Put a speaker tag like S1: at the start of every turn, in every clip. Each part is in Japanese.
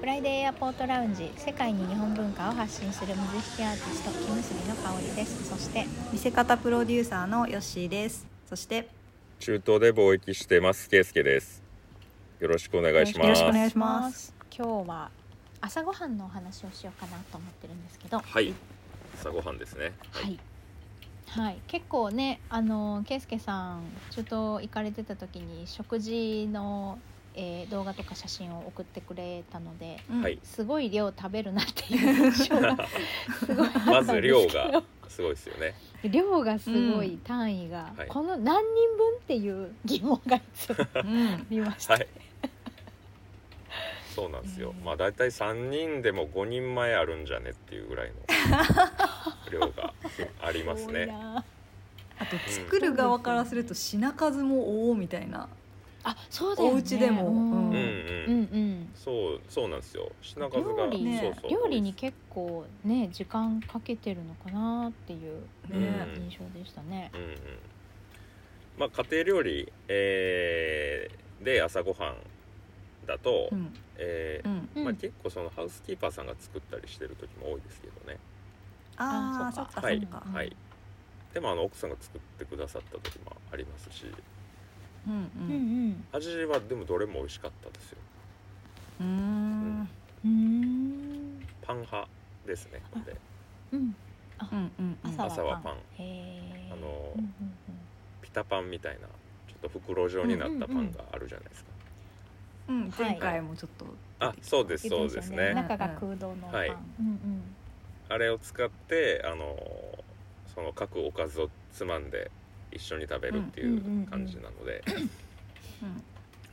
S1: フライデーエアポートラウンジ世界に日本文化を発信する水引アーティスト木結びの香りですそして
S2: 見せ方プロデューサーのヨッシーですそして
S3: 中東で貿易してますケイスケですよろしくお願いします
S2: よろしくお願いします
S1: 今日は朝ごはんのお話をしようかなと思ってるんですけどは
S3: はい朝ごはんですね
S1: いはい結構ねあの圭介さん中東行かれてた時に食事の、えー動画とか写真を送ってくれたので
S2: うん
S3: はい
S1: すごい量食べるなっていう印象がすごいあったんですけど
S3: まず量がすごいですよね
S1: 量がすごい、
S2: うん
S1: 単位が、
S3: はい
S1: この何人分っていう疑問がいつも
S2: うん
S1: ありました、
S3: はいそうなんですよまあだいたい3人でも5人前あるんじゃねっていうぐらいの量があります
S1: 多い
S3: ね
S1: な
S2: あと作る側からすると品数も多みたいな
S1: あそうだよね
S2: お家でも
S1: う
S2: うん
S1: ん、
S3: う
S1: う
S3: んうんん
S1: うん
S3: そうそうなんですよ品数
S1: 料
S3: が
S1: 理、
S2: ね
S3: そうそう
S1: 料理に結構ね時間かけてるのかなっていう
S2: ね
S1: 印象でしたね
S3: う。んうんまあ家庭料理、えーで朝ごはんだと、
S2: うん
S3: えー
S2: うん
S1: うん
S3: まあ、結構そのハウスキーパーさんが作ったりしてる時も多いですけどね
S2: あ
S1: あ
S2: あ
S1: そ
S2: そ
S1: っ
S2: っ
S1: か
S2: か
S3: は
S2: そ
S3: い
S2: っか
S1: うん
S3: はいでもあの奥さんが作ってくださった時もありますし
S2: うんう
S1: うんうんん
S3: 味はでもどれも美味しかったですよ
S2: うーん
S1: うーん
S3: パン派ですねこれで
S1: うん
S2: うんうんうん
S1: 朝はパン
S3: 朝はパン
S1: へー
S3: あの
S1: うんうんうん
S3: ピタパンみたいなちょっと袋状になったパンがあるじゃないですか、
S2: う
S1: はい
S2: ん前回もちょっと
S3: あそうですそうですね
S2: ね
S1: 中が空洞のパン、
S3: はい
S1: うん
S3: あれを使ってあのその各おかずをつまんで一緒に食べるってい
S1: んうんうんうん
S3: う感じなので、
S2: うん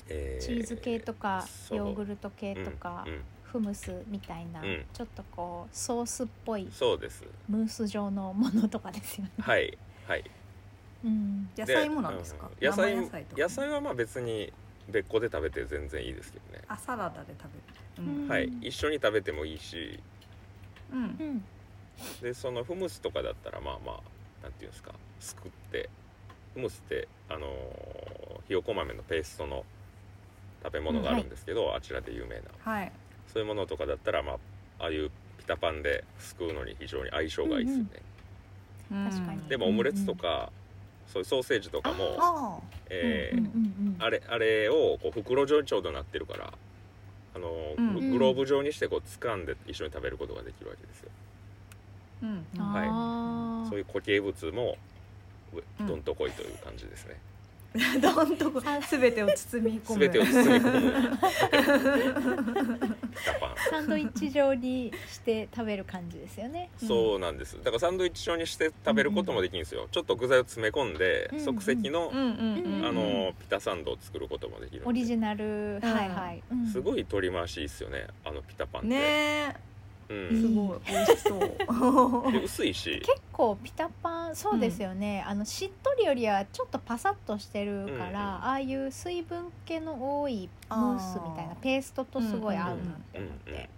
S3: え
S1: う
S3: ー
S1: ん、チーズ系とか
S3: そう
S1: ヨーグルト系とか、
S3: うん
S1: フムスみたいな、
S3: うん
S1: ちょっとこうソースっぽい
S3: うんそうです
S1: ムース状のものとかですよね。
S3: はいはい
S1: うん、
S2: 野菜もなんですか
S3: う野菜
S2: 生
S3: 野
S2: 野
S3: 菜
S2: 菜とか
S3: 野菜はまあ別に別個で食べて全然いいですけどね、
S2: あサラダで食べるうん
S3: は
S1: う
S3: い
S1: ん
S3: 一緒に食べてもいいし
S2: うん
S1: うん、
S3: でそのフムスとかだったらまあまあなんていうんですかすくってフムスってあのーひよこ豆のペーストの食べ物があるんですけど、あちらで有名な
S2: はい
S3: そういうものとかだったらまあああいうピタパンですくうのに非常に相性がいいですよね、
S2: うん
S1: 確かに
S3: でもオムレツとか、そういうソーセージとかも
S2: ああ
S3: えー
S1: うんうんうん、
S3: あれあれをこう袋状にちょうどなってるからあの、
S2: うん
S3: ググローブ状にしてこう掴んで一緒に食べることができるわけですよ、
S2: うんうん
S3: はい
S1: あー
S3: そういう固形物もう
S2: うん
S3: どんとこいという感じですね、
S2: どんとこ全てを包み込
S3: す
S2: む
S3: べてを包み込むピタパン
S1: サンドイッチ状にして食べる感じですよね。
S3: そうなんですだからサンドイッチ状にして食べることもできるんですよ、ちょっと具材を詰め込んで、
S1: うんうん
S3: 即席の、
S2: うんうんうん
S3: あのピタサンドを作ることもできる
S1: オ
S3: ん
S1: リ
S3: で
S1: ジナル、
S2: うん
S1: はいはい、うん、
S3: すご
S1: い
S3: い取り回しいいっすよねあのピタパンって、
S2: ね
S3: う
S2: えす
S3: ん、
S2: ごい美味し そう
S3: で薄いし
S1: 結構ピタパンそうですよね、あのしっとりよりはちょっとパサッとしてるから、
S3: うんうん
S1: ああいう水分気の多いムースみたいな
S2: あー
S1: ペーストとすごい合うなって思って、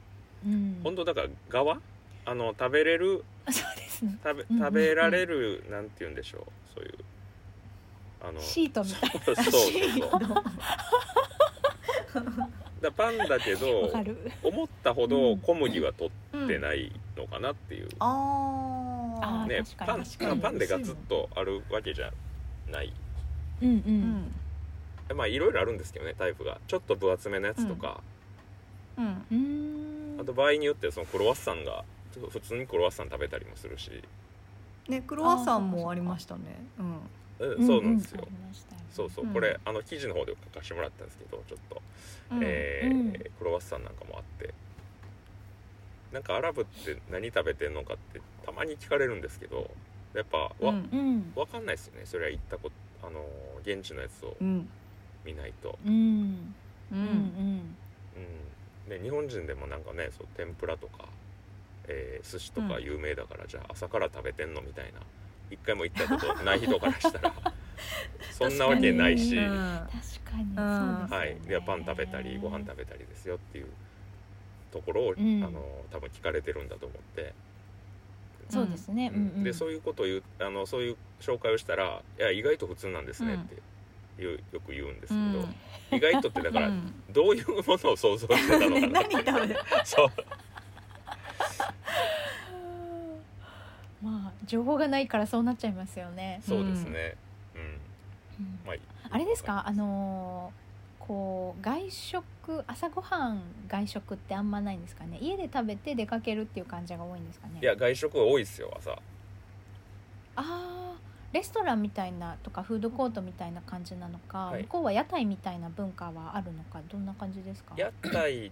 S1: うん
S3: 本当だから側あの食べれる
S1: そうですね
S3: 食
S1: うん
S3: べ食べられる、なんて言うんでしょうそういうあの
S1: シートみたい
S3: そうそうそうそうだか
S2: う
S3: らパンだけ
S1: なわ
S3: ど
S1: かる
S3: 思ったほど小麦は取
S2: ん
S3: ってないのかなっていう、
S2: あ
S1: ー
S3: ね
S1: 確かに
S3: パン
S1: 確
S2: かに
S3: パンでガツッとあるわけじゃない
S1: うんう、
S2: ーうんん
S3: まあいろいろあるんですけどねタイプがちょっと分厚めのやつとか、
S2: うん
S1: うーん、
S3: あと場合によってはそのクロワッサンがちょっと普通にクロワッサン食べたりもするし、
S2: ねクロワッサンもありましたねうん
S3: うん
S1: ん
S3: そうなんですよ、
S1: ありましたよね
S3: そうそう、
S2: うん
S3: これあの記事の方で書かせてもらったんですけどちょっと
S2: うん
S3: えー
S1: うん
S3: クロワッサンなんかもあってなんかアラブって何食べてんのかってたまに聞かれるんですけどやっぱわ、
S2: う
S3: わ
S2: ん
S1: うん
S3: かんないですよねそれは行ったことあのー現地のやつを
S2: うん
S3: 見ないと、
S1: うん
S2: う
S1: うんうんん
S3: うん、で日本人でもなんかねそう天ぷらとか、えー寿司とか有名だから、じゃあ朝から食べてんのみたいな一回も行ったことない人からし たらそんなわけないし、
S1: 確
S2: うん
S1: 確かに
S2: ん
S1: そうですよね、
S3: はい、ではパン食べたりご飯食べたりですよっていうところを、
S1: うん
S3: あの多分聞かれてるんだと思って、
S1: そうですね、うんうん、
S3: でそういうことを言うあのそういう紹介をしたら「いや意外と普通なんですね」
S2: うん
S3: っていう、よく言うんですけ
S2: う
S3: ど、
S2: ん
S3: 意外とってだから
S2: うん
S3: どういうものを想像してたの
S2: ね
S3: か な
S2: 何食べる
S3: そう
S1: まあ情報がないからそうなっちゃいますよね。
S3: そうですね、うん
S1: うん
S3: まあいい、
S1: あれですかあのーこう外食朝ごはん外食ってあんまないんですかね家で食べて出かけるっていう患者が多いんですかね
S3: いや外食多いですよ朝
S1: あーレストランみたいなとかフードコートみたいな感じなのか、
S3: はい
S1: 向こうは屋台みたいな文化はあるのかどんな感じですか
S3: 屋台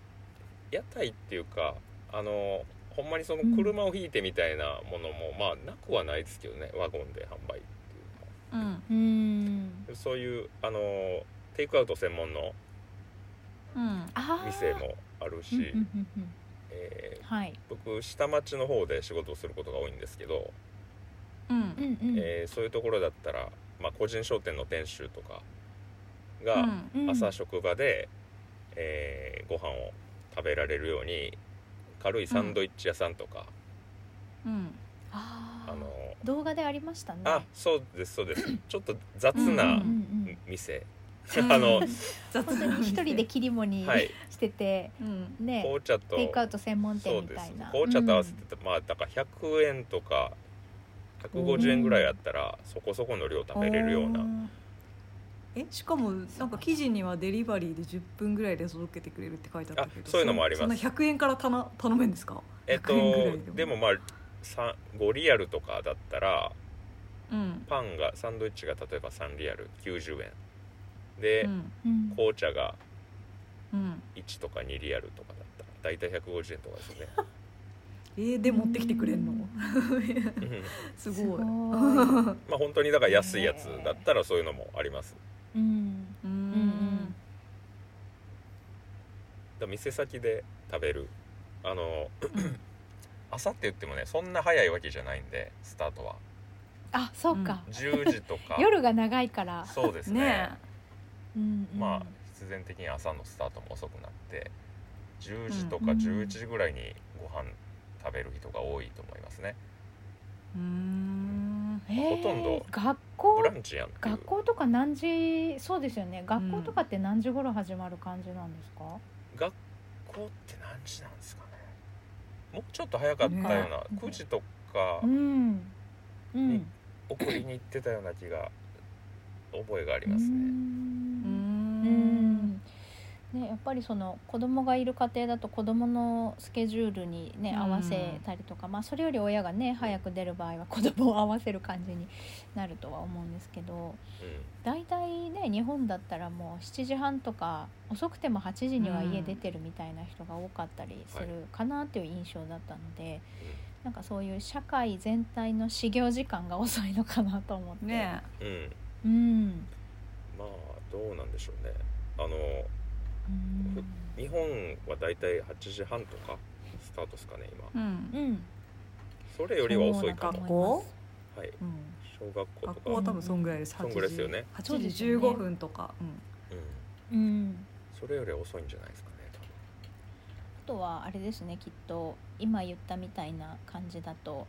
S3: 屋台っていうかあのほんまにその
S1: うん
S3: 車を引いてみたいなものも、まあなくはないですけどねワゴンで販売っていう
S2: うん
S1: うーん
S3: のそういうあのテイクアウト専門の
S2: うん
S1: あー
S3: 店もあるし、
S1: うんうんうんうん
S3: えー
S1: はい、
S3: 僕下町の方で仕事をすることが多いんですけど、
S1: う
S2: う
S1: ん
S2: ん
S1: うん
S3: えーそういうところだったら、まあ、個人商店の店主とかが、
S2: うん
S1: うん
S3: 朝職場で、えーご飯を食べられるように軽いサンドイッチ屋さんとか、
S2: うん
S1: あー
S3: あの
S1: 動画でありましたね
S3: あそうですそうですちょっと雑
S1: うん
S3: な
S1: うんうん
S3: 店、
S2: うん
S3: あの
S2: 雑
S1: 本当に一人で切り盛り
S3: はい
S1: してて、
S2: うん
S1: ね
S3: 紅茶と
S1: テイクアウト専門
S3: そ
S1: 店
S3: う
S1: み
S3: で
S1: た
S3: す
S1: いな
S3: 紅茶と合わせて、まあだから100円とか150円ぐらいあったらそこそこの量食べれるような
S2: えしかもなんか記事にはデリバリーで10分ぐらいで届けてくれるって書いてあったけど
S3: あそういうのもあります
S2: そんな100円から頼頼めんですか
S3: えっと
S2: 100円ぐらいでも
S3: でもまあさん5リアルとかだったら
S2: うん
S3: パンがサンドイッチが例えば3リアル90円で、
S2: うん
S1: うん
S3: 紅茶が
S2: うん
S3: 1とか2リアルとかだったら大体150円とかですね
S2: えー、で持ってきてくれんの
S1: うん
S3: うん
S2: すごい
S1: すごい
S3: まあ本当にだから安いやつだったらそういうのもあります
S1: うん
S2: う
S1: うんん
S3: だから店先で食べるあの 朝って言ってもねそんな早いわけじゃないんでスタートは
S1: あそうか、
S3: 10時とか
S1: 夜が長いから、
S3: そうですね
S2: ね
S1: うんうん
S3: まあ必然的に朝のスタートも遅くなって10時とか
S1: うん
S3: 11時ぐらいにご飯食べる人が多いと思いますね、
S2: えうん
S1: えー
S3: ほとんど
S1: 学
S3: ブ
S1: 校
S3: ランチやんっていう
S1: 学校とか何時そうですよね学校とかって何時頃始まる感じなんですか、
S3: 学校って何時なんですかねもうちょっと早かったような、
S2: ね
S3: 9時とか
S1: うんうん
S3: に送りに行ってたような気が覚えがあります
S1: う
S3: ね。
S2: うんん
S1: ね、やっぱりその子供がいる家庭だと子供のスケジュールに、ね、
S2: うん
S1: 合わせたりとか、まあ、それより親がね早く出る場合は子供を合わせる感じになるとは思うんですけど大体ね日本だったらもう7時半とか遅くても8時には家出てるみたいな人が多かったりするかなっていう印象だったので、なんかそういう社会全体の始業時間が遅いのかなと思って。
S2: ね
S3: うん、うん、
S1: うん
S3: まあどうなんでしょうね。あの
S1: うん
S3: 日本はだいたい8時半とかスタートですかね今。
S2: えうん、
S1: うん
S3: それよりは遅いか
S2: そう
S3: も
S2: なん。
S3: はい。
S2: うん、
S3: 小学校と
S2: 学
S3: か
S2: 校は多分そんぐらいです
S3: そんぐらいですよね
S2: 8時15分とか、うん
S3: うん、
S1: うん
S3: それよりは遅いんじゃないですかね。多分
S1: あとはあれですねきっと今言ったみたいな感じだと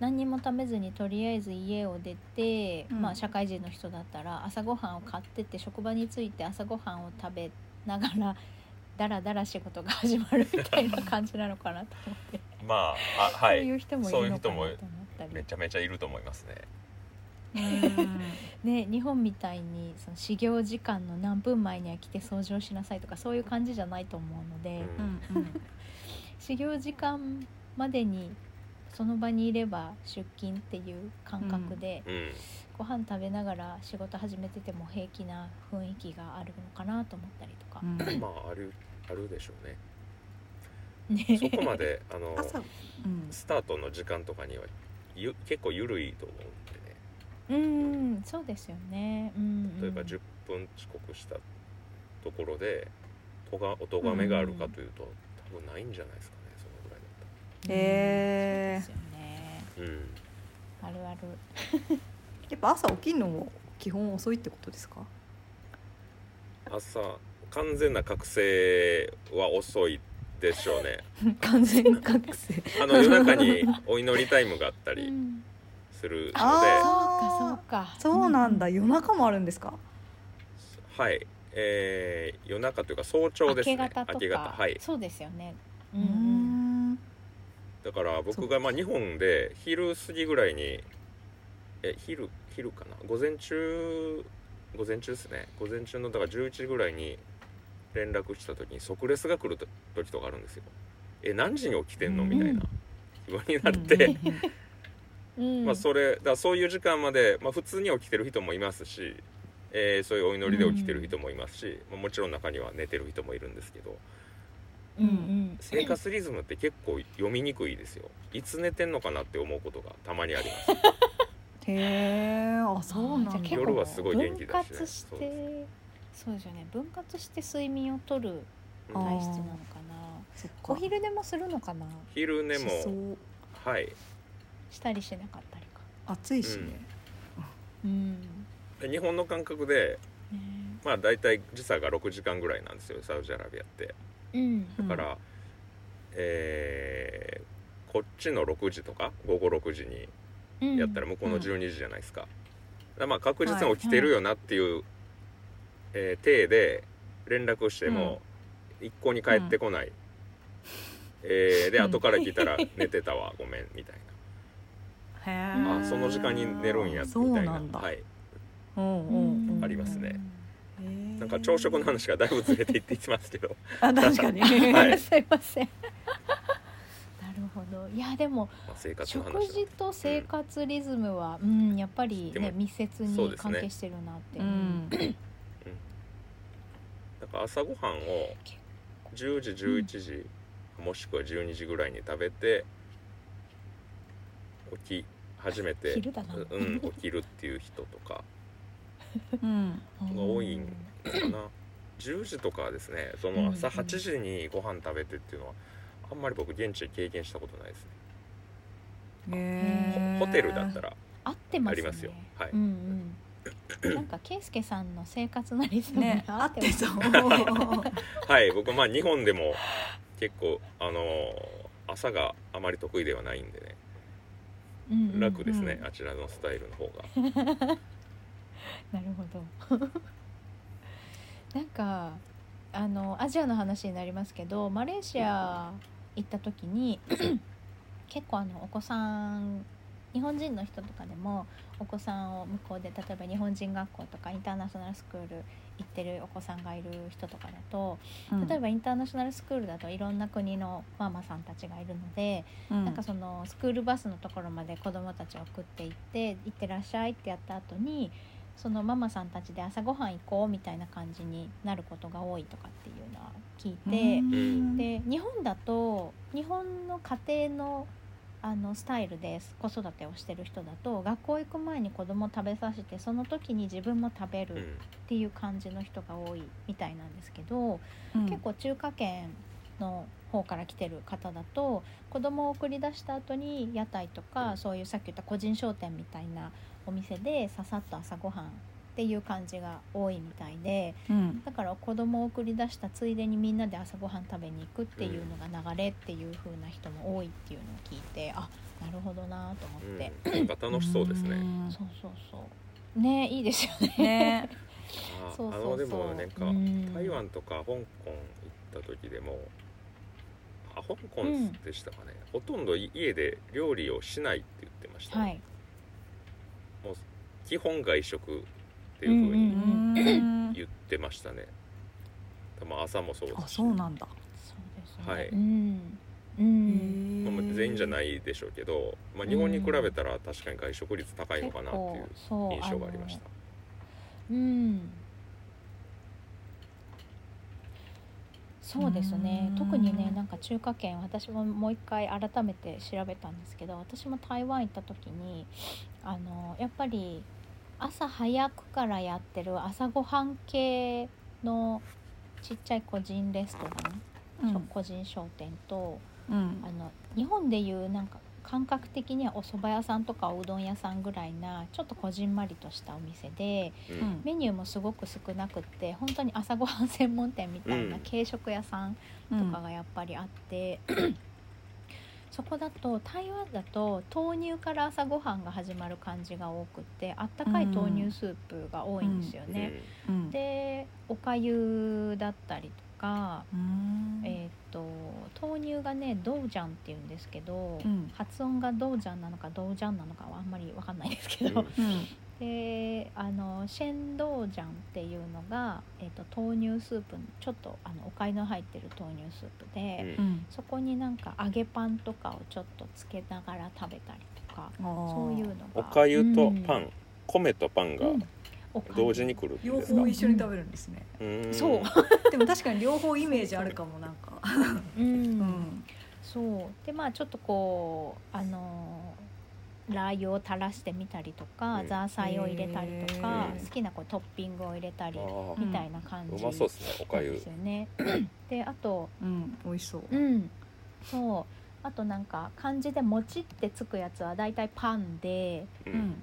S1: 何にも食べずにとりあえず家を出て、
S2: うん
S1: まあ、社会人の人だったら朝ごはんを買ってって職場に着いて朝ごはんを食べながらだらだら仕事が始まるみたいな感じなのかなと思って、
S3: まああは
S1: そう
S3: い
S1: い。う人もいるのかなと
S3: そう
S1: 思
S3: いう
S1: っ
S3: 人
S1: たり
S3: めちゃめちゃいると思いますね。
S1: ね、日本みたいにその始業時間の何分前には来て掃除をしなさいとかそういう感じじゃないと思うので、
S2: う
S3: うん
S2: う
S3: ん
S2: ん
S1: 始業時間までにその場にいれば出勤っていう感覚で、
S3: うん。
S1: ご飯食べながら仕事始めてても平気な雰囲気があるのかなと思ったりとか、
S2: うん
S3: まああるあるでしょうね。
S1: ね
S3: そこまであの
S2: 朝、うん、
S3: スタートの時間とかにはゆ結構緩いと思うんでね
S1: うんそうですよね、うんうん、
S3: 例えば10分遅刻したところでとがお咎めがあるかというと、多分ないんじゃないですかねそのぐらい
S1: うん
S2: え
S1: そうですよね
S3: だっ
S1: あるある
S2: やっぱ朝起きるのも基本遅いってことですか
S3: たら、うん、朝完全な覚醒は遅いでしょうね
S2: 完全覚醒
S3: あの夜中 にお祈りタイムがあったり
S1: ん、
S3: するので、
S2: あ
S1: そうかそうか
S2: そうなんだ
S1: よ
S2: 夜中もあるんですか
S3: はいえー夜中というか早朝ですね
S1: 明け方とか
S3: はい
S1: そうですよねう、
S2: うん
S1: うん、
S2: ん
S3: だから
S2: そ
S3: 僕
S2: っか
S3: がまあ日本で昼過ぎぐらいにえ昼昼かな午前中午前中ですね午前中のだから11時ぐらいに連絡した時に即レスが来ると時とかあるんですよえ何時に起きてんのみたいな気分になって、
S1: うん
S3: まあそれだからそういう時間まで、まあ、普通に起きてる人もいますし、えーそういうお祈りで起きてる人もいますし、まあ、もちろん中には寝てる人もいるんですけど
S1: うんうん
S3: 生活リズムって結構読みにくいですよいつ寝てんのかなって思うことがたまにあります
S2: へえあそうな
S1: あじゃあ
S2: んだ
S1: 結構
S3: 夜はすごい元気だしね
S1: 分割し
S3: そう
S1: てそうですよね分割して睡眠をとる
S3: うん
S2: あー
S1: 体質なのかな
S2: そっか
S1: お昼寝もするのかな
S3: 昼寝
S2: しそ
S3: も
S2: う
S3: はい
S1: したりしなかったりか
S2: 暑いしね、
S1: うん
S3: で日本の感覚で
S1: ね
S3: まあ大体時差が6時間ぐらいなんですよサウジアラビアって
S1: うん
S2: う
S3: だ
S2: ん
S3: から、えーこっちの6時とか午後6時に
S1: うん
S3: やったら向こうの
S2: うん
S3: 12時じゃないですか,、だからまあ確実に起きてるよなっていう、えー体で連絡しても一向に帰ってこない、えーで
S2: うん
S3: 後から聞いたら「寝てたわごめん」みたい
S2: へ
S3: な
S2: え
S3: 「あその時間に寝るんや」みた
S2: そう
S3: い
S2: な
S3: なん
S2: だ、
S3: はい、
S2: うんうんうん
S3: ありますね
S2: へー
S3: なんか朝食の話がだいぶずれていっていってますけど
S2: あ確かに、
S3: は い
S1: すいませんなるほどいやでも
S3: まあ生活の話
S1: 食事と生活リズムは、うんやっぱり、
S3: でも
S1: ね、密接
S3: そう
S1: に
S3: です
S1: 関
S3: ね
S1: 係してるなって、
S2: うん
S3: なんか朝ごはんを10時11時、もしくは12時ぐらいに食べて起き始めて
S1: 昼だな
S3: うん、起きるっていう人とか
S2: うん
S1: うん
S3: が多いんかな10時とかはですねその朝
S1: うんうん
S3: 8時にご飯食べてっていうのはあんまり僕現地で経験したことないですね
S2: へー
S3: ホテルだったら
S1: 合ってますね
S3: ありますよはい
S1: うんうん、なんか圭介さんの生活なりズム
S2: ね
S1: ね
S2: あって そう
S3: はい僕まあ日本でも結構あのー朝があまり得意ではないんでね
S1: うんうん
S3: 楽ですね、
S2: うん
S3: あちらのスタイルの方が
S1: なるほど なんかあのアジアの話になりますけどマレーシア行った時に 結構あのお子さん日本人の人とかでもお子さんを向こうで例えば日本人学校とかインターナショナルスクール行ってるお子さんがいる人とかだと例えばインターナショナルスクールだといろんな国のママさんたちがいるので、
S2: ば、うん、
S1: なんかそのスクールバスのところまで子どもたちを送って行って「行ってらっしゃい」ってやった後にそのママさんたちで朝ごはん行こうみたいな感じになることが多いとかっていうのは聞いて、
S3: ん
S1: で日本だと日本の家庭のあのスタイルで子育てをしてる人だと学校行く前に子供を食べさせてその時に自分も食べ
S3: う
S1: る
S3: ん
S1: っていう感じの人が多いみたいなんですけど。
S2: うん
S1: 結構中華圏の方から来てる方だと子供を送り出した後に屋台と
S3: う
S1: か
S3: ん
S1: そういうさっき言った個人商店みたいなお店でささっと朝ごはんっていう感じが多いみたいで
S2: うん
S1: だから子供を送り出したついでにみんなで朝ごはん食べに行くっていうのが流れっていう風な人も多いっていうのを聞いてあなるほどなと思って、
S3: うん、なんか楽しそうですね
S2: ん
S1: そうそうそうねいいですよね。
S2: ね
S3: あ
S1: そうそうそう
S3: あのでもなんか
S1: うん
S3: 台湾とか香港行った時でもあ香港でしたかね、ほとんどい家で料理をしないって言ってましたね、
S1: はい、
S3: もう基本外食っていう風
S1: う
S3: に
S1: ん
S2: うん
S3: 言ってましたね、まあ朝もそうです
S2: あそうなんだ、
S1: そうですね、
S3: はい
S1: うん、うん
S3: まあまあ全員じゃ
S2: い
S3: ないでしょうけど、まあ、日本に比べたら確かに外食率高いのかなっていう
S1: 結構そう
S3: 印象がありました、
S1: あのうんそうですね
S2: うん
S1: 特にねなんか中華圏私ももう一回改めて調べたんですけど私も台湾行った時にあのやっぱり朝早くからやってる朝ごはん系のちっちゃい個人レスト
S2: う
S1: ラン、個人商店と
S2: ん
S1: あの日本でいうなんか感覚的にはお蕎麦屋さんとかおうどん屋さんぐらいなちょっとこじんまりとしたお店で
S3: うん
S2: うん
S1: メニューもすごく少なくって本当に朝ごはん専門店みたいな
S3: うん
S1: 軽食屋さんとかがやっぱりあって、そこだと台湾だと豆乳から朝ごはんが始まる感じが多くってあったかい豆乳スープが多いんですよ
S3: うん
S1: ね。
S2: うん
S1: でおかゆだったりとか、
S2: うん
S1: えー、と豆乳がねドウジャンっていうんですけど、
S2: うん
S1: 発音がドウジャンなのかドウジャンなのかはあんまりわかんないですけ
S3: う
S1: ど、
S3: ん
S2: うん
S1: であのシェンドウジャンっていうのが、えー、と豆乳スープちょっとあのお粥の入ってる豆乳スープで。
S3: うん
S2: うん
S1: そこになんか揚げパンとかをちょっとつけながら食べたりとか
S2: あー
S1: そういうのが
S3: おかゆとパ
S1: う
S3: ン米とパンが
S1: うんおかゆ
S3: 同時に来るん
S2: 両
S3: ですか
S2: 方一緒に食べるんですね
S3: うーん
S1: そう
S2: でも確かに両方イメージあるかもなんか
S1: うん、
S2: うん
S1: そうでまあちょっとこうあのーラー油を垂らしてみたりとか、
S3: うん
S1: ザーサイを入れたりとか
S3: へー
S1: 好きなこうトッピングを入れたり
S3: あ
S1: みたいな感
S3: ー
S1: じ
S3: う
S1: な
S3: まそうで
S1: ん
S3: すねおかゆ
S1: ですよね。であと
S2: うん美味しそう
S1: うんそうあとなんか漢字で「もち」ってつくやつはだいたいパンで。
S3: う
S2: うんん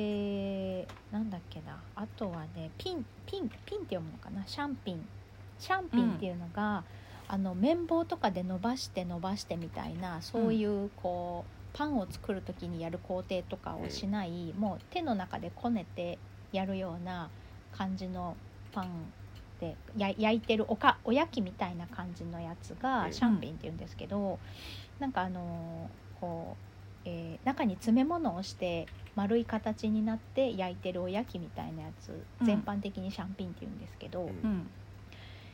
S1: でなんだっけなあとはねピンピンピンって読むのかなシャンピンシャンピンっていうのが、あの綿棒とかで伸ばして伸ばしてみたいなそういうこう、パンを作る時にやる工程とかをしない、もう手の中でこねてやるような感じのパンでや焼いてるおかおやきみたいな感じのやつが、
S3: うん
S1: シャンピンっていうんですけどなんかあのーこう、えー中に詰め物をして丸い形になって焼いてるおやきみたいなやつ
S2: うん
S1: 全般的にシャンピンっていうんですけど、
S3: うん
S2: うん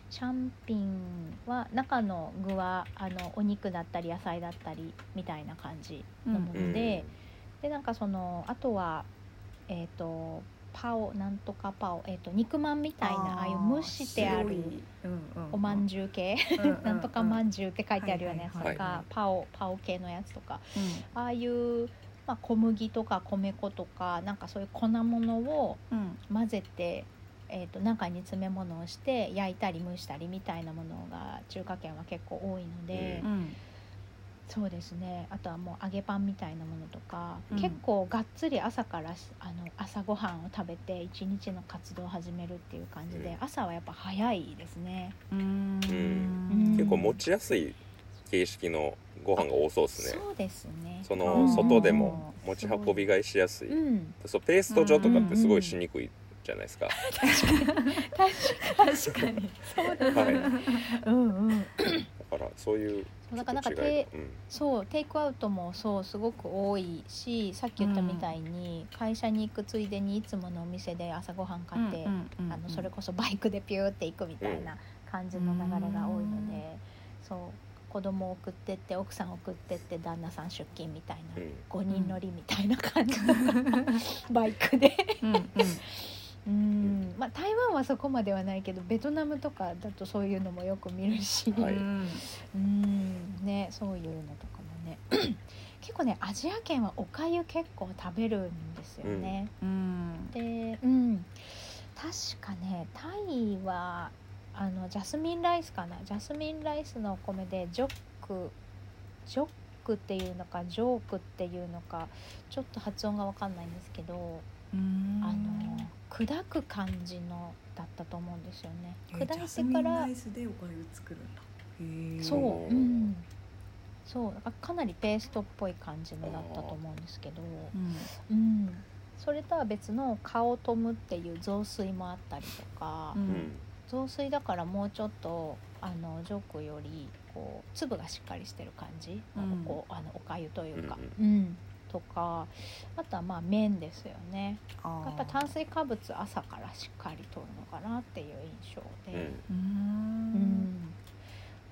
S1: シャンピンは中の具はあのお肉だったり野菜だったりみたいな感じ
S2: う
S1: のも
S2: ん
S1: ので、でなんかそのあとはえっ、とパオなんとかパオ、えー、と肉まんみたいなああいう蒸してあ
S2: 白
S1: る
S2: いうんうん
S1: おまんじゅう系
S2: うんうん
S1: なんとかまんじゅうって書いてあるようなやつとか、
S3: はいはいは
S1: パオパオ系のやつとか
S2: うん
S1: ああいう、まあ、小麦とか米粉とかなんかそういう粉物を
S2: うん
S1: 混ぜて、えー、と中に詰め物をして焼いたり蒸したりみたいなものが中華圏は結構多いので、
S3: う
S2: うん
S1: そうですねあとはもう揚げパンみたいなものとか、
S2: うん
S1: 結構がっつり朝からしあの朝ごはんを食べて一日の活動を始めるっていう感じで、
S3: うん
S1: 朝はやっぱ早いですね。
S2: うー
S1: うん
S2: ん
S3: 結構持ちやすい形式のご飯が多そうですね
S1: そうですね
S3: そ
S2: うん
S3: の
S2: うん
S3: 外でも持ち運びがしやすい
S1: うん、
S3: そうペースト状とかってすごいしにくいじゃないですか、
S2: 確かに
S1: そうだ
S3: はい、だ
S1: ね。うんうん。
S3: からそういう
S1: そうだから
S3: ち
S1: なん
S3: ょっ
S1: か
S3: と違い
S1: テ
S3: がうん
S1: そうテイクアウトもそうすごく多いしさっき言ったみたいに、会社に行くついでにいつものお店で朝ごはん買って、あのそれこそバイクでピューって行くみたいな感じの流れが多いので、そう子供送ってって奥さん送ってって旦那さん出勤みたいな、
S3: う
S1: 5人乗りみたいな感じの バイクで。
S2: うんうん
S1: うんまあ、台湾はそこまではないけどベトナムとかだとそういうのもよく見るし、
S3: はい
S2: うん
S1: うんねそういうのとかもね 結構ねアジア圏はおかゆ結構食べるんですよね、
S2: うん
S1: でうん確かねタイはあのジャスミンライスかなジャスミンライスのお米でジョックジョックっていうのかジョークっていうのかちょっと発音がわかんないんですけど、
S2: うん
S1: あの砕く感じのだったと思うんですよね
S2: え
S1: 砕い
S2: ジャス
S1: て
S2: ミ
S1: か
S2: ン
S1: ら
S2: ライスでおかゆ作るんだへえ
S1: そう、う
S3: うん
S1: ん、そうだからかなりペーストっぽい感じのだったと思うんですけど、う
S2: うん
S1: ん、それとは別の「顔トム」っていう雑炊もあったりとか、
S2: うんん
S1: 雑炊だからもうちょっとあのジョークよりこう粒がしっかりしてる感じ、
S2: うん
S1: こうあのおかゆというか、
S3: う
S1: うんとかあとはまあ麺ですよね
S2: あー
S1: やっぱ炭水化物朝からしっかりとるのかなっていう印象で。
S3: う
S1: う
S2: うー
S3: ん
S1: んん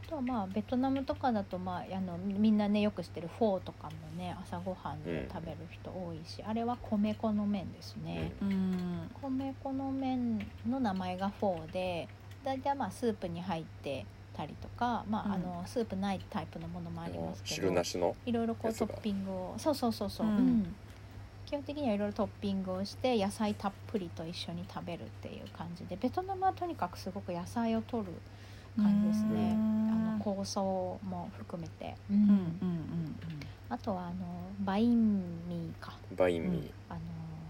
S1: あとはまあベトナムとかだと、まあ、あのみんなねよく知ってるフォーとかもね朝ごはんで食べる人多いし、あれは米粉の麺ですね、
S2: うん
S1: 米粉の麺の名前がフォーで大体まあスープに入ってたりとか、まあ
S2: うん
S1: あのスープないタイプのものもありますけ
S3: 汁
S1: ど
S3: なしの
S1: いろいろこ
S3: や
S1: う
S3: つ
S1: ト
S3: が
S1: ッピングをそうそうそうそう、
S2: うん
S1: うん基本的にはいろいろトッピングをして野菜たっぷりと一緒に食べるっていう感じでベトナムはとにかくすごく野菜を取る感じですね
S2: うーん
S1: あの構想も含めて、
S2: うんうん
S1: あとはあのバインミーか
S3: バインミ
S1: あの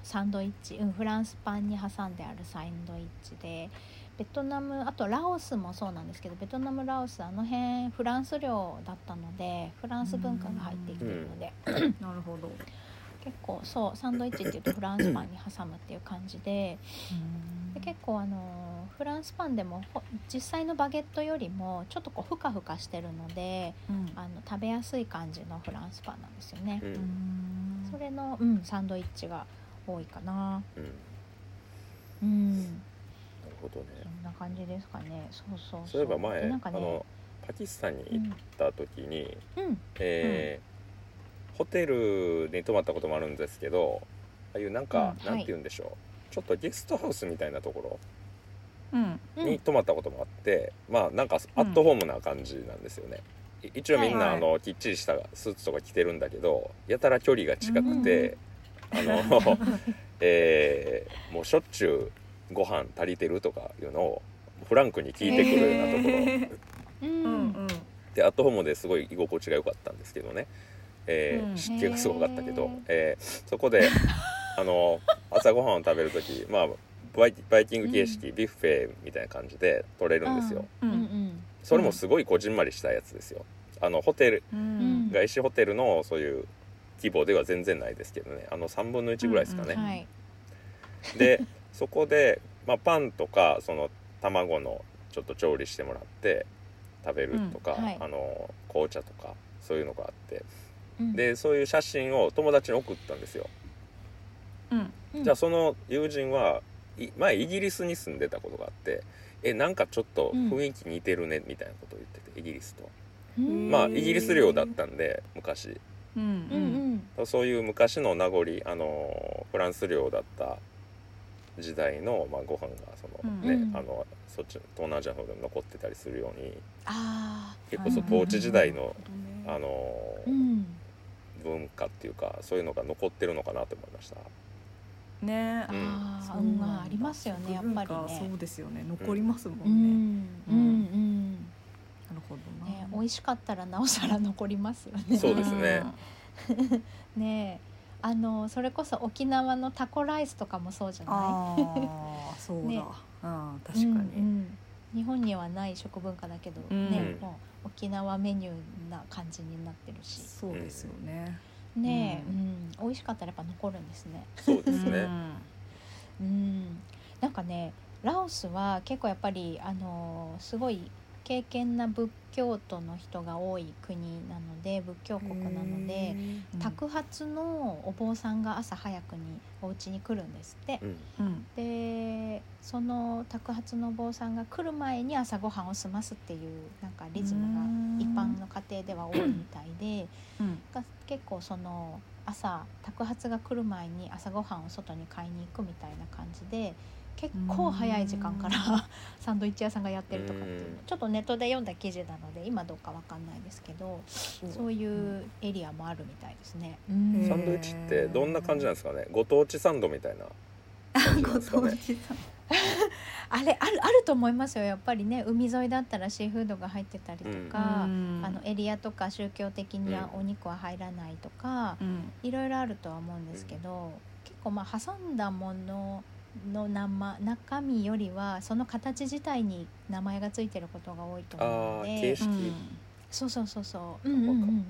S1: サンドイッチ、うん、フランスパンに挟んであるサンドイッチでベトナムあとラオスもそうなんですけどベトナムラオスあの辺フランス領だったのでフランス文化が入ってきてるので、
S2: なるほど。
S1: 結構そうサンドイッチっていうとフランスパンに挟むっていう感じでで結構あのーフランスパンでもほ実際のバゲットよりもちょっとこうふかふかしてるので
S2: うん
S1: あの食べやすい感じのフランスパンなんですよね
S3: う。
S2: うんん
S1: それの、うん、サンドイッチが多いかな。
S3: うんなる
S1: うん、
S3: ほどね
S1: そんな感じですかね。そうそう
S3: そういえば前、
S1: でなんか
S3: あ
S1: ね、
S3: のパキスタンに
S1: う
S3: 行っ
S1: ん、
S3: た時に、
S1: うん、
S3: えーホテルに泊まったこともあるんですけどああいうなんか、
S1: うん
S3: な
S1: はい
S3: んて言うんでしょうちょっとゲストハウスみたいなとこ
S2: うん
S1: う
S3: ろ
S1: ん
S3: に泊まったこともあって、まあなんかアットホームな感じなんですよね、い一応みんな、
S2: はい
S3: あのきっちりしたスーツとか着てるんだけどやたら距離が近くて、あ の、えーもうしょっちゅうご飯足りてるとかいうのをフランクに聞いてくるようなところ、
S1: う
S2: うんうん
S1: ん、
S3: でアットホームですごい居心地が良かったんですけどね、えー
S2: うん
S3: 湿気がすごかったけ
S1: へ
S3: ど
S1: ー、
S3: えーそこであの朝ごはんを食べる時、まあ、バイバイキング形式、ビュッフェみたいな感じで取れるんですよ、
S2: う
S1: うん、うんん、
S3: それもすごいこじんまりしたやつですよあのホテル
S2: うん
S3: 外資ホテルのそういう規模では全然ないですけどねあの3分の1ぐらいですかね、
S2: うんうん
S1: はい、
S3: でそこで、まあ、パンとかその卵のちょっと調理してもらって食べるとか、
S1: うんはい
S3: あの紅茶とかそういうのがあって
S1: うん、
S3: でそういう写真を友達に送ったんですよ、
S2: うん
S1: うん、
S3: じゃあその友人はい前イギリスに住んでたことがあってえなんかちょっと雰囲気似てるねみたいなことを言っててイギリスと
S1: うん、
S3: まあ
S2: へー
S3: イギリス領だったんで昔
S2: う
S1: うん、うんん、
S3: そういう昔の名残あのフランス領だった時代の、まあ、ご飯がその、ね
S1: うん
S3: あのそっちの東南アジアの方でも残ってたりするように
S1: あ
S3: 結構そう
S2: はいはいはい
S3: 統治時代の、あ
S2: あの
S3: の
S1: あ、うん、
S3: 文化っていうかそういうのが残ってるのかなと思いました。
S2: ね
S3: うん
S1: ああ、
S2: そううなん
S1: ん、
S2: だ
S1: まあありますよね、やっぱり
S2: 文化そ
S1: ね。
S2: うですよね残りますも
S1: うん
S2: ね
S1: ん、うん、うん、
S2: なるほど
S1: ね
S2: な、
S1: 美味しかったらなおさら残りますよね。
S3: そうですね
S1: ねえあのそれこそ沖縄のタコライスとかもそうじゃない
S2: ああそうだ
S1: ね
S2: うん確か
S1: うんう
S2: に
S1: ん日本にはない食文化だけど、
S2: うん
S1: ねもう沖縄メニューな感じになってるし
S2: そうですよね
S1: ねえ、う
S2: う
S1: 美
S2: ん
S1: 味しかったらやっぱ残るんですね。
S3: そうです
S2: う
S3: ね。
S2: ん
S1: うん、なんかねラオスは結構やっぱりあのすごい敬虔な仏教徒の人が多い国なので仏教国なので。宅発のお坊さんが朝早くにお家に来るんですって
S3: う、ん
S2: うん
S1: でその宅発のお坊さんが来る前に朝ごはんを済ますっていうなんかリズムが一般の家庭では多いみたいで
S2: うん
S1: が結構その朝宅発が来る前に朝ごはんを外に買いに行くみたいな感じで結構早い時間から
S2: う
S1: サンドイッチ屋さんがやってるとかっていうの
S3: うん
S1: ちょっとネットで読んだ記事なので今どうかわかんないですけどそういうエリアもあるみたいですね。うん
S3: サンドイッチってどんな感じなんですかね。ご当地サンドみたいな感じなん
S2: ご
S3: ですか
S2: 当
S3: ね。
S2: 地さん
S1: あれあるあると思いますよやっぱりね海沿いだったらシーフードが入ってたりとか、あのエリアとか宗教的には
S3: う
S1: お肉は入らないとか、
S2: うん
S1: いろいろあるとは思うんですけど、結構まあ挟んだものの名前中身よりはその形自体に名前がついてることが多いと思うの
S3: あー形
S1: で
S3: 式
S1: そうそうそうそううんうんうんうん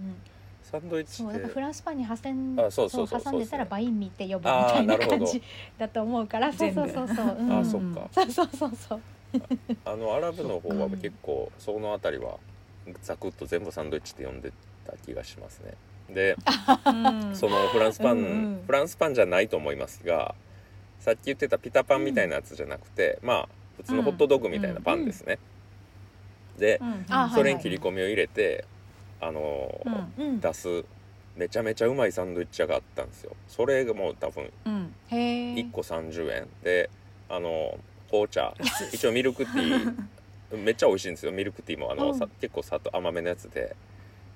S3: サンドイッチ
S1: そうだから
S3: っ
S1: フ
S3: て。
S1: ランスパンに挟ん
S3: あそうそうそう
S1: 挟んでたら
S3: そうですね
S1: バインミーって呼ぶみたい
S3: あーな
S1: な
S3: るほど
S1: 感じだと思うからそうそうそうそう、うん、
S3: あ
S2: ー
S3: そっ
S2: う
S3: か
S2: ん。
S1: そうそうそうそう
S3: あのアラブの方は
S1: うん
S3: 結構そのあたりはザクッと全部サンドイッチって呼んでた気がしますね。で、
S2: うん
S3: そのフランスパン、
S1: うんうん
S3: フランスパンじゃないと思いますが、さっき言ってたピタパンみたいなやつじゃなくて、まあ普通のホットドッグみたいなパンですね。で、
S2: うん
S1: あはい
S3: それに切り込みを入れて、あのー
S2: うん
S1: うん、
S3: 出すめちゃめちゃうまいサンドイッチ屋があったんですよ。それがもう多分
S2: うん
S1: へえ
S3: 1個30円であの 紅茶一応ミルクティーめっちゃ美味しいんですよミルクティーもあの、
S1: うん
S3: さ結構砂糖甘めのやつで、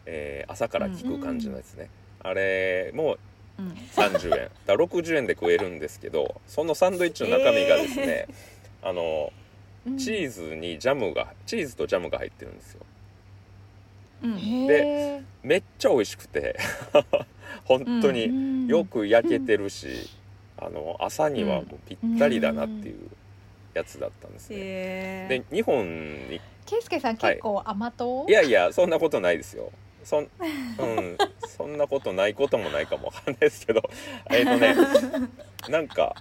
S3: えー朝から効く感じのやつね、あれも
S2: うん
S3: 30円だから60円で食えるんですけどそのサンドイッチの中身がですね、あのチーズにジャムがチーズとジャムが入ってるんですよ
S2: うん
S1: へえ
S3: めっちゃ美味しくて 本当に、よく焼けてるし、あの朝にはもうぴったりだなっていうやつだったんですね。
S2: え
S3: で日本に
S1: 圭介さん結構甘党、
S3: いやいやそんなことないですよ。そん、うん、そんなことないこともないかもわかんないですけど、えっとね、なんか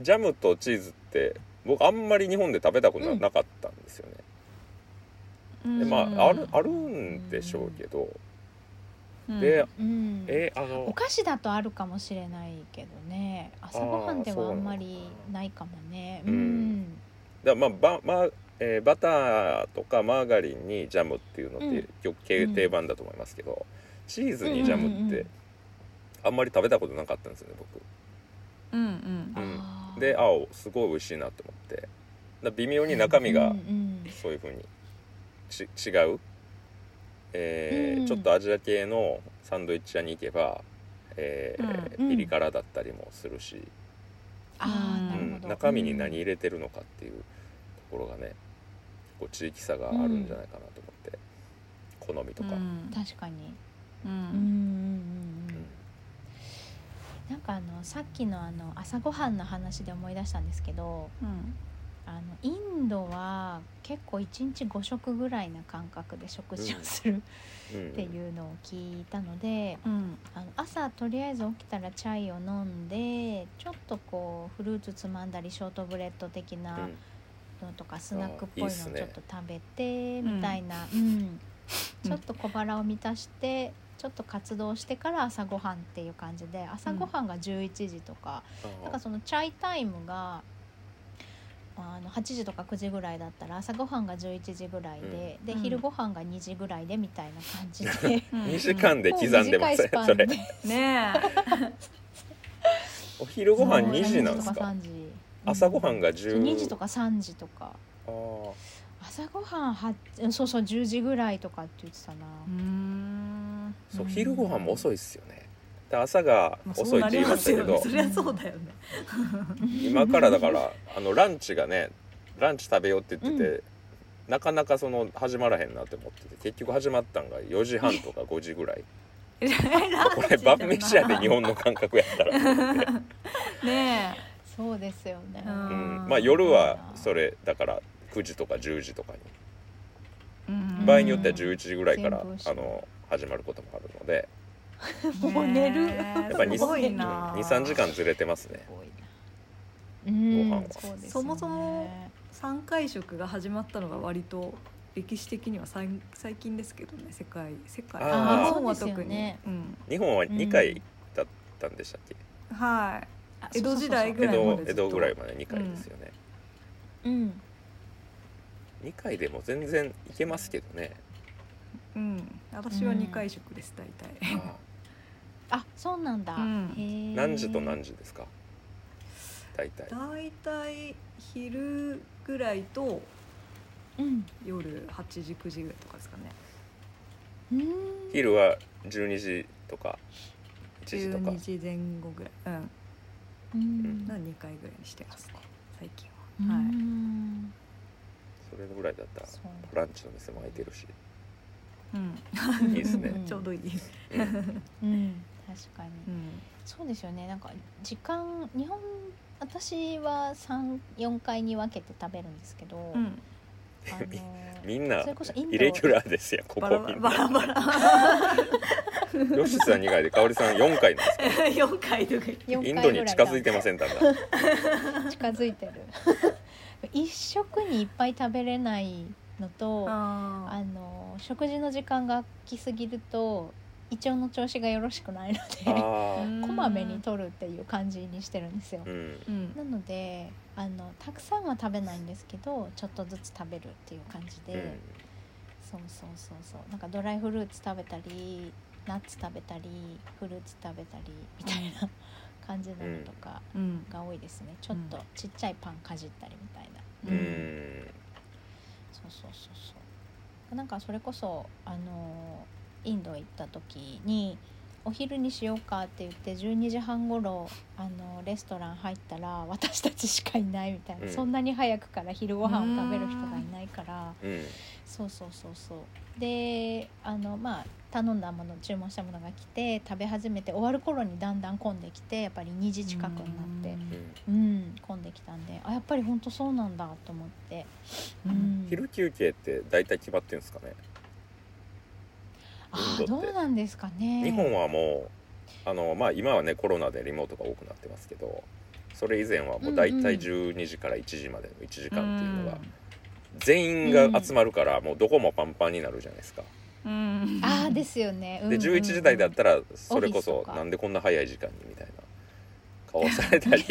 S3: ジャムとチーズって僕あんまり日本で食べたこと
S1: う
S3: なんなかったんですよね。
S2: うん
S3: でま
S1: うん
S3: ああるあるんでしょうけど、
S2: うん
S3: で
S1: うん、
S3: えあ
S1: お
S3: の
S1: 菓子だとあるかもしれないけどね朝ごはんではあんまりないかもね
S3: あー
S1: う
S3: そうなの
S1: ん
S3: だまあバまあえーバターとかマーガリンにジャムっていうのって、
S1: うん
S3: 結構
S1: うん
S3: 定番だと思いますけど、チーズにジャムっ
S1: うんうんう
S3: て
S1: ん
S3: あんまり食べたことなかったんですよね
S2: うんうん
S3: 僕。うん、
S1: あー
S3: であおすごい美味しいなと思ってだから微妙に中身
S1: う
S3: が
S1: んうん
S3: そういうふうにち違う、えー
S1: うん
S3: ちょっとアジア系のサンドイッチ屋に行けば、えー
S1: うん
S3: ピリ辛だったりもするし、
S1: あーな
S3: う
S1: るほ
S3: ん、
S1: ど
S3: 中身に何入れてるのかっていうところがねこう地域差があるんじゃないかなと思って、好みとか、
S2: うん
S1: 確かにう
S2: う
S1: んうん
S2: ん
S1: うんう
S3: うん
S1: んなんかあのさっきのあの朝ごはんの話で思い出したんですけど
S2: うん
S1: あのインドは結構1日5食ぐらいな感覚で食事をする
S3: うん
S1: っていうのを聞いたので、
S2: うん
S1: あの朝とりあえず起きたらチャイを飲んでちょっとこうフルーツつまんだりショートブレッド的
S3: う
S1: なんのとか、スナックっぽいのを
S3: いいっ
S1: ちょ
S3: す
S1: っ
S3: ね
S1: と食べてみたいな、 うんちょっと小腹を満たしてちょっと活動してから朝ごはんっていう感じで朝ごはんが11時とか、なんかそのチャイタイムがあの8時とか9時ぐらいだったら朝ごはんが11時ぐらいで、で
S2: うん
S1: 昼ごはんが2時ぐらいでみたいな感じで。
S2: うん
S3: 2時間で
S1: もう
S3: 刻んでま
S1: 短い
S3: す
S1: ス
S3: ね
S1: パン
S3: そ
S1: で
S3: れ
S2: ね
S3: お昼ご飯2時なんで
S1: そ
S3: す
S1: う
S3: か
S1: 2時と3時
S3: 朝ごはんが10
S1: そう2時とか3時とか
S3: あー
S1: 朝ごはんはそうそう10時ぐらいとかって言ってたな、
S2: えうん
S3: そううん昼ご飯も遅いっすよねで朝が
S2: まあ
S3: 遅いって言いましたけど、
S2: そうなりますよねそりゃそうだよね
S3: 今からだからあのランチがねランチ食べようって言ってて、なかなかその始まらへんなって思ってて結局始まったんが4時半とか5時 ぐらい これ晩飯やで日本の感覚やっ たら、
S2: ね
S1: そうですよね、
S2: うん
S3: うん、まあ夜はそれだから9時とか10時とかに
S2: え
S1: うん
S3: 場合によっては11時ぐらいから、
S1: 全部一緒
S3: あの始まることもあるので
S1: もう寝る
S2: や
S3: やっぱ
S2: すごいな
S3: 23時間ずれてますね
S1: すごいなうん
S3: ご飯は
S1: そうですよね
S2: そもそも三回食が始まったのが割と歴史的には最最近ですけどね世界世界日
S3: あー
S2: 本は
S1: そうです
S2: 特
S1: よ
S2: に、
S1: ね
S2: うん
S3: 日本は2回だったんでしたっけ、
S2: はい
S1: あ
S2: 江戸時代
S1: そう
S2: ぐ
S1: そう
S3: 江
S2: らいまで
S3: 戸
S2: ず
S3: 江
S2: っと
S3: 戸ぐらいまで2回ですよね、
S1: そううん
S3: 2回でも全然いけますけどね、
S2: うん私は二回食です大体、
S1: あそうなんだ、
S2: うん
S1: へえ
S3: 何時と何時ですか大体
S2: 大体昼ぐらいと
S1: うん
S2: 夜八時九時ぐらいとかですかね
S1: うん
S3: 昼は12時とか1時とか
S2: 12時前後ぐらい、
S1: うん
S2: うん、の二回ぐらいにしてますね最近
S1: うん
S2: は、はい
S3: それぐらいだったら
S1: そう
S3: ランチの店も開いてるし、
S2: うん
S3: いいですね
S1: うん
S2: ちょうどいい、
S3: うん
S1: うん確かに、
S2: うん
S1: そうですよねなんか時間日本私は34回に分けて食べるんですけど、
S2: うん、
S1: あの
S3: みんな
S1: それこそインド
S3: イレギュラーですよこ
S2: バ
S3: こ
S2: ラバ
S3: み
S2: ラ
S3: ん
S2: バラバ
S3: な
S2: ラ
S3: 吉さん2回で香織さん4回なんですか
S2: 4回とか言って
S1: 4
S3: イ
S1: 回
S3: ンドに近づいてま
S1: ん
S3: せんだんだん
S1: 近づいてる一食にいっぱい食べれないのとあ
S2: あ
S1: の食事の時間が来すぎると胃腸の調子がよろしくないので
S3: あ
S2: ー
S1: こまめに取るっていう感じにしてるんですよ
S3: ー、うん
S2: うん
S1: なのであのたくさんは食べないんですけどちょっとずつ食べるっていう感じで、
S3: うん
S1: そうそうそうそうなんかドライフルーツ食べたりナッツ食べたりフルーツ食べたりみたいな感じなのとか
S2: うん
S1: が多いですね、ちょっとちっちゃいパンかじったりみたいな、
S3: う
S1: そうそう
S3: ん
S1: そうそうなんかそれこそあのインド行った時にお昼にしようかって言って12時半ごろあのレストラン入ったら私たちしかいないみたいな、
S3: うん
S1: そんなに早くから昼ご飯を食べる人がいないから、
S3: うん
S1: そうそうそうそうであのまあ頼んだもの注文したものが来て食べ始めて終わる頃にだんだん混んできてやっぱり2時近くになってうん、混んできたんであやっぱりほんとそうなんだと思って、うん、
S3: 昼休憩って大体決まってるんですかね、
S1: あ
S3: イ
S1: あ
S3: ンドっ
S1: ど
S3: て
S1: うなんですかね
S3: 日本はもうあのまあ今はねコロナでリモートが多くなってますけどそれ以前はもう大体12時から1時までの1時間っていうのが、全員が集まるからもうどこもパンパンになるじゃないですか。
S2: うん
S1: ああですよね、うん
S3: で11時台だったらそれこ
S1: オフィ
S3: そ
S1: スとか
S3: なんでこんな早い時間にみたいな顔されたり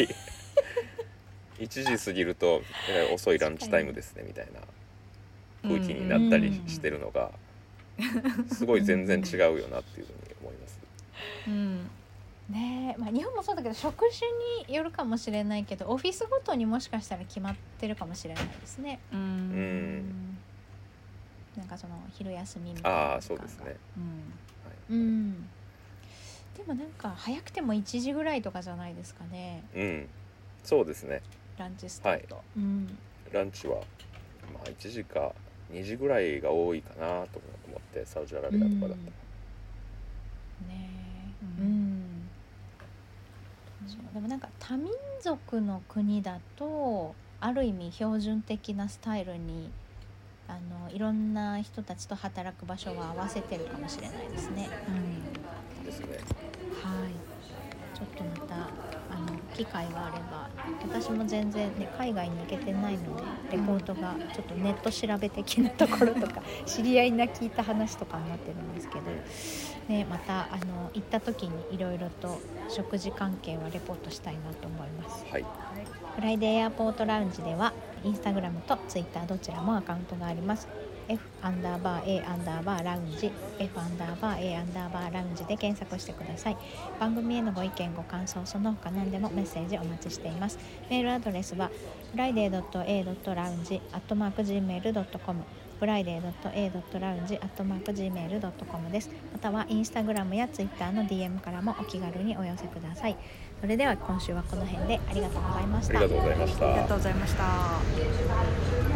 S3: 1時過ぎるとえらい遅いランチタイムですねみたいな空気になったりしてるのがすごい全然違うよなっていうふうに思います。
S2: うん
S1: ねえ、まあ、日本もそうだけど職種によるかもしれないけどオフィスごとにもしかしたら決まってるかもしれないですね。
S2: うんうん
S1: うんなんかその昼休みみたいな
S3: ああ
S1: 時
S3: そ
S1: 間
S3: う
S1: が、
S3: ですね。はいう
S1: んでもなんか早くても1時ぐらいとかじゃないですかね
S3: うん、そうですね。
S1: ランチスタート、うん、
S3: ランチはまあ1時か2時ぐらいが多いかなと思ってサウジアラビアとかだったら。
S1: ねえ
S2: う
S1: うんん、そうでもなんか多民族の国だとある意味標準的なスタイルにあのいろんな人たちと働く場所は合わせてるかもしれないですね。
S3: ですね。
S1: はい。ちょっとまたあの機会があれば、私も全然ね海外に行けてないのでレポートがちょっとネット調べ的なところとか 知り合いな聞いた話とかになってるんですけど、ねまたあの行った時にいろいろと食事関係はレポートしたいなと思います。
S3: はい。
S1: フライデーエアポートラウンジではインスタグラムとツイッターどちらもアカウントがあります F アンダーバー A アンダーバーラウンジ F アンダーバー A アンダーバーラウンジで検索してください番組へのご意見ご感想その他何でもメッセージお待ちしていますメールアドレスは friday.a.lounge.gmail.com friday.a.lounge.gmail.com ですまたはインスタグラムやツイッターの DM からもお気軽にお寄せくださいそれでは今週はこの辺でありがとうございました
S3: ありがとうございました。
S2: ありがとうございました。
S1: 「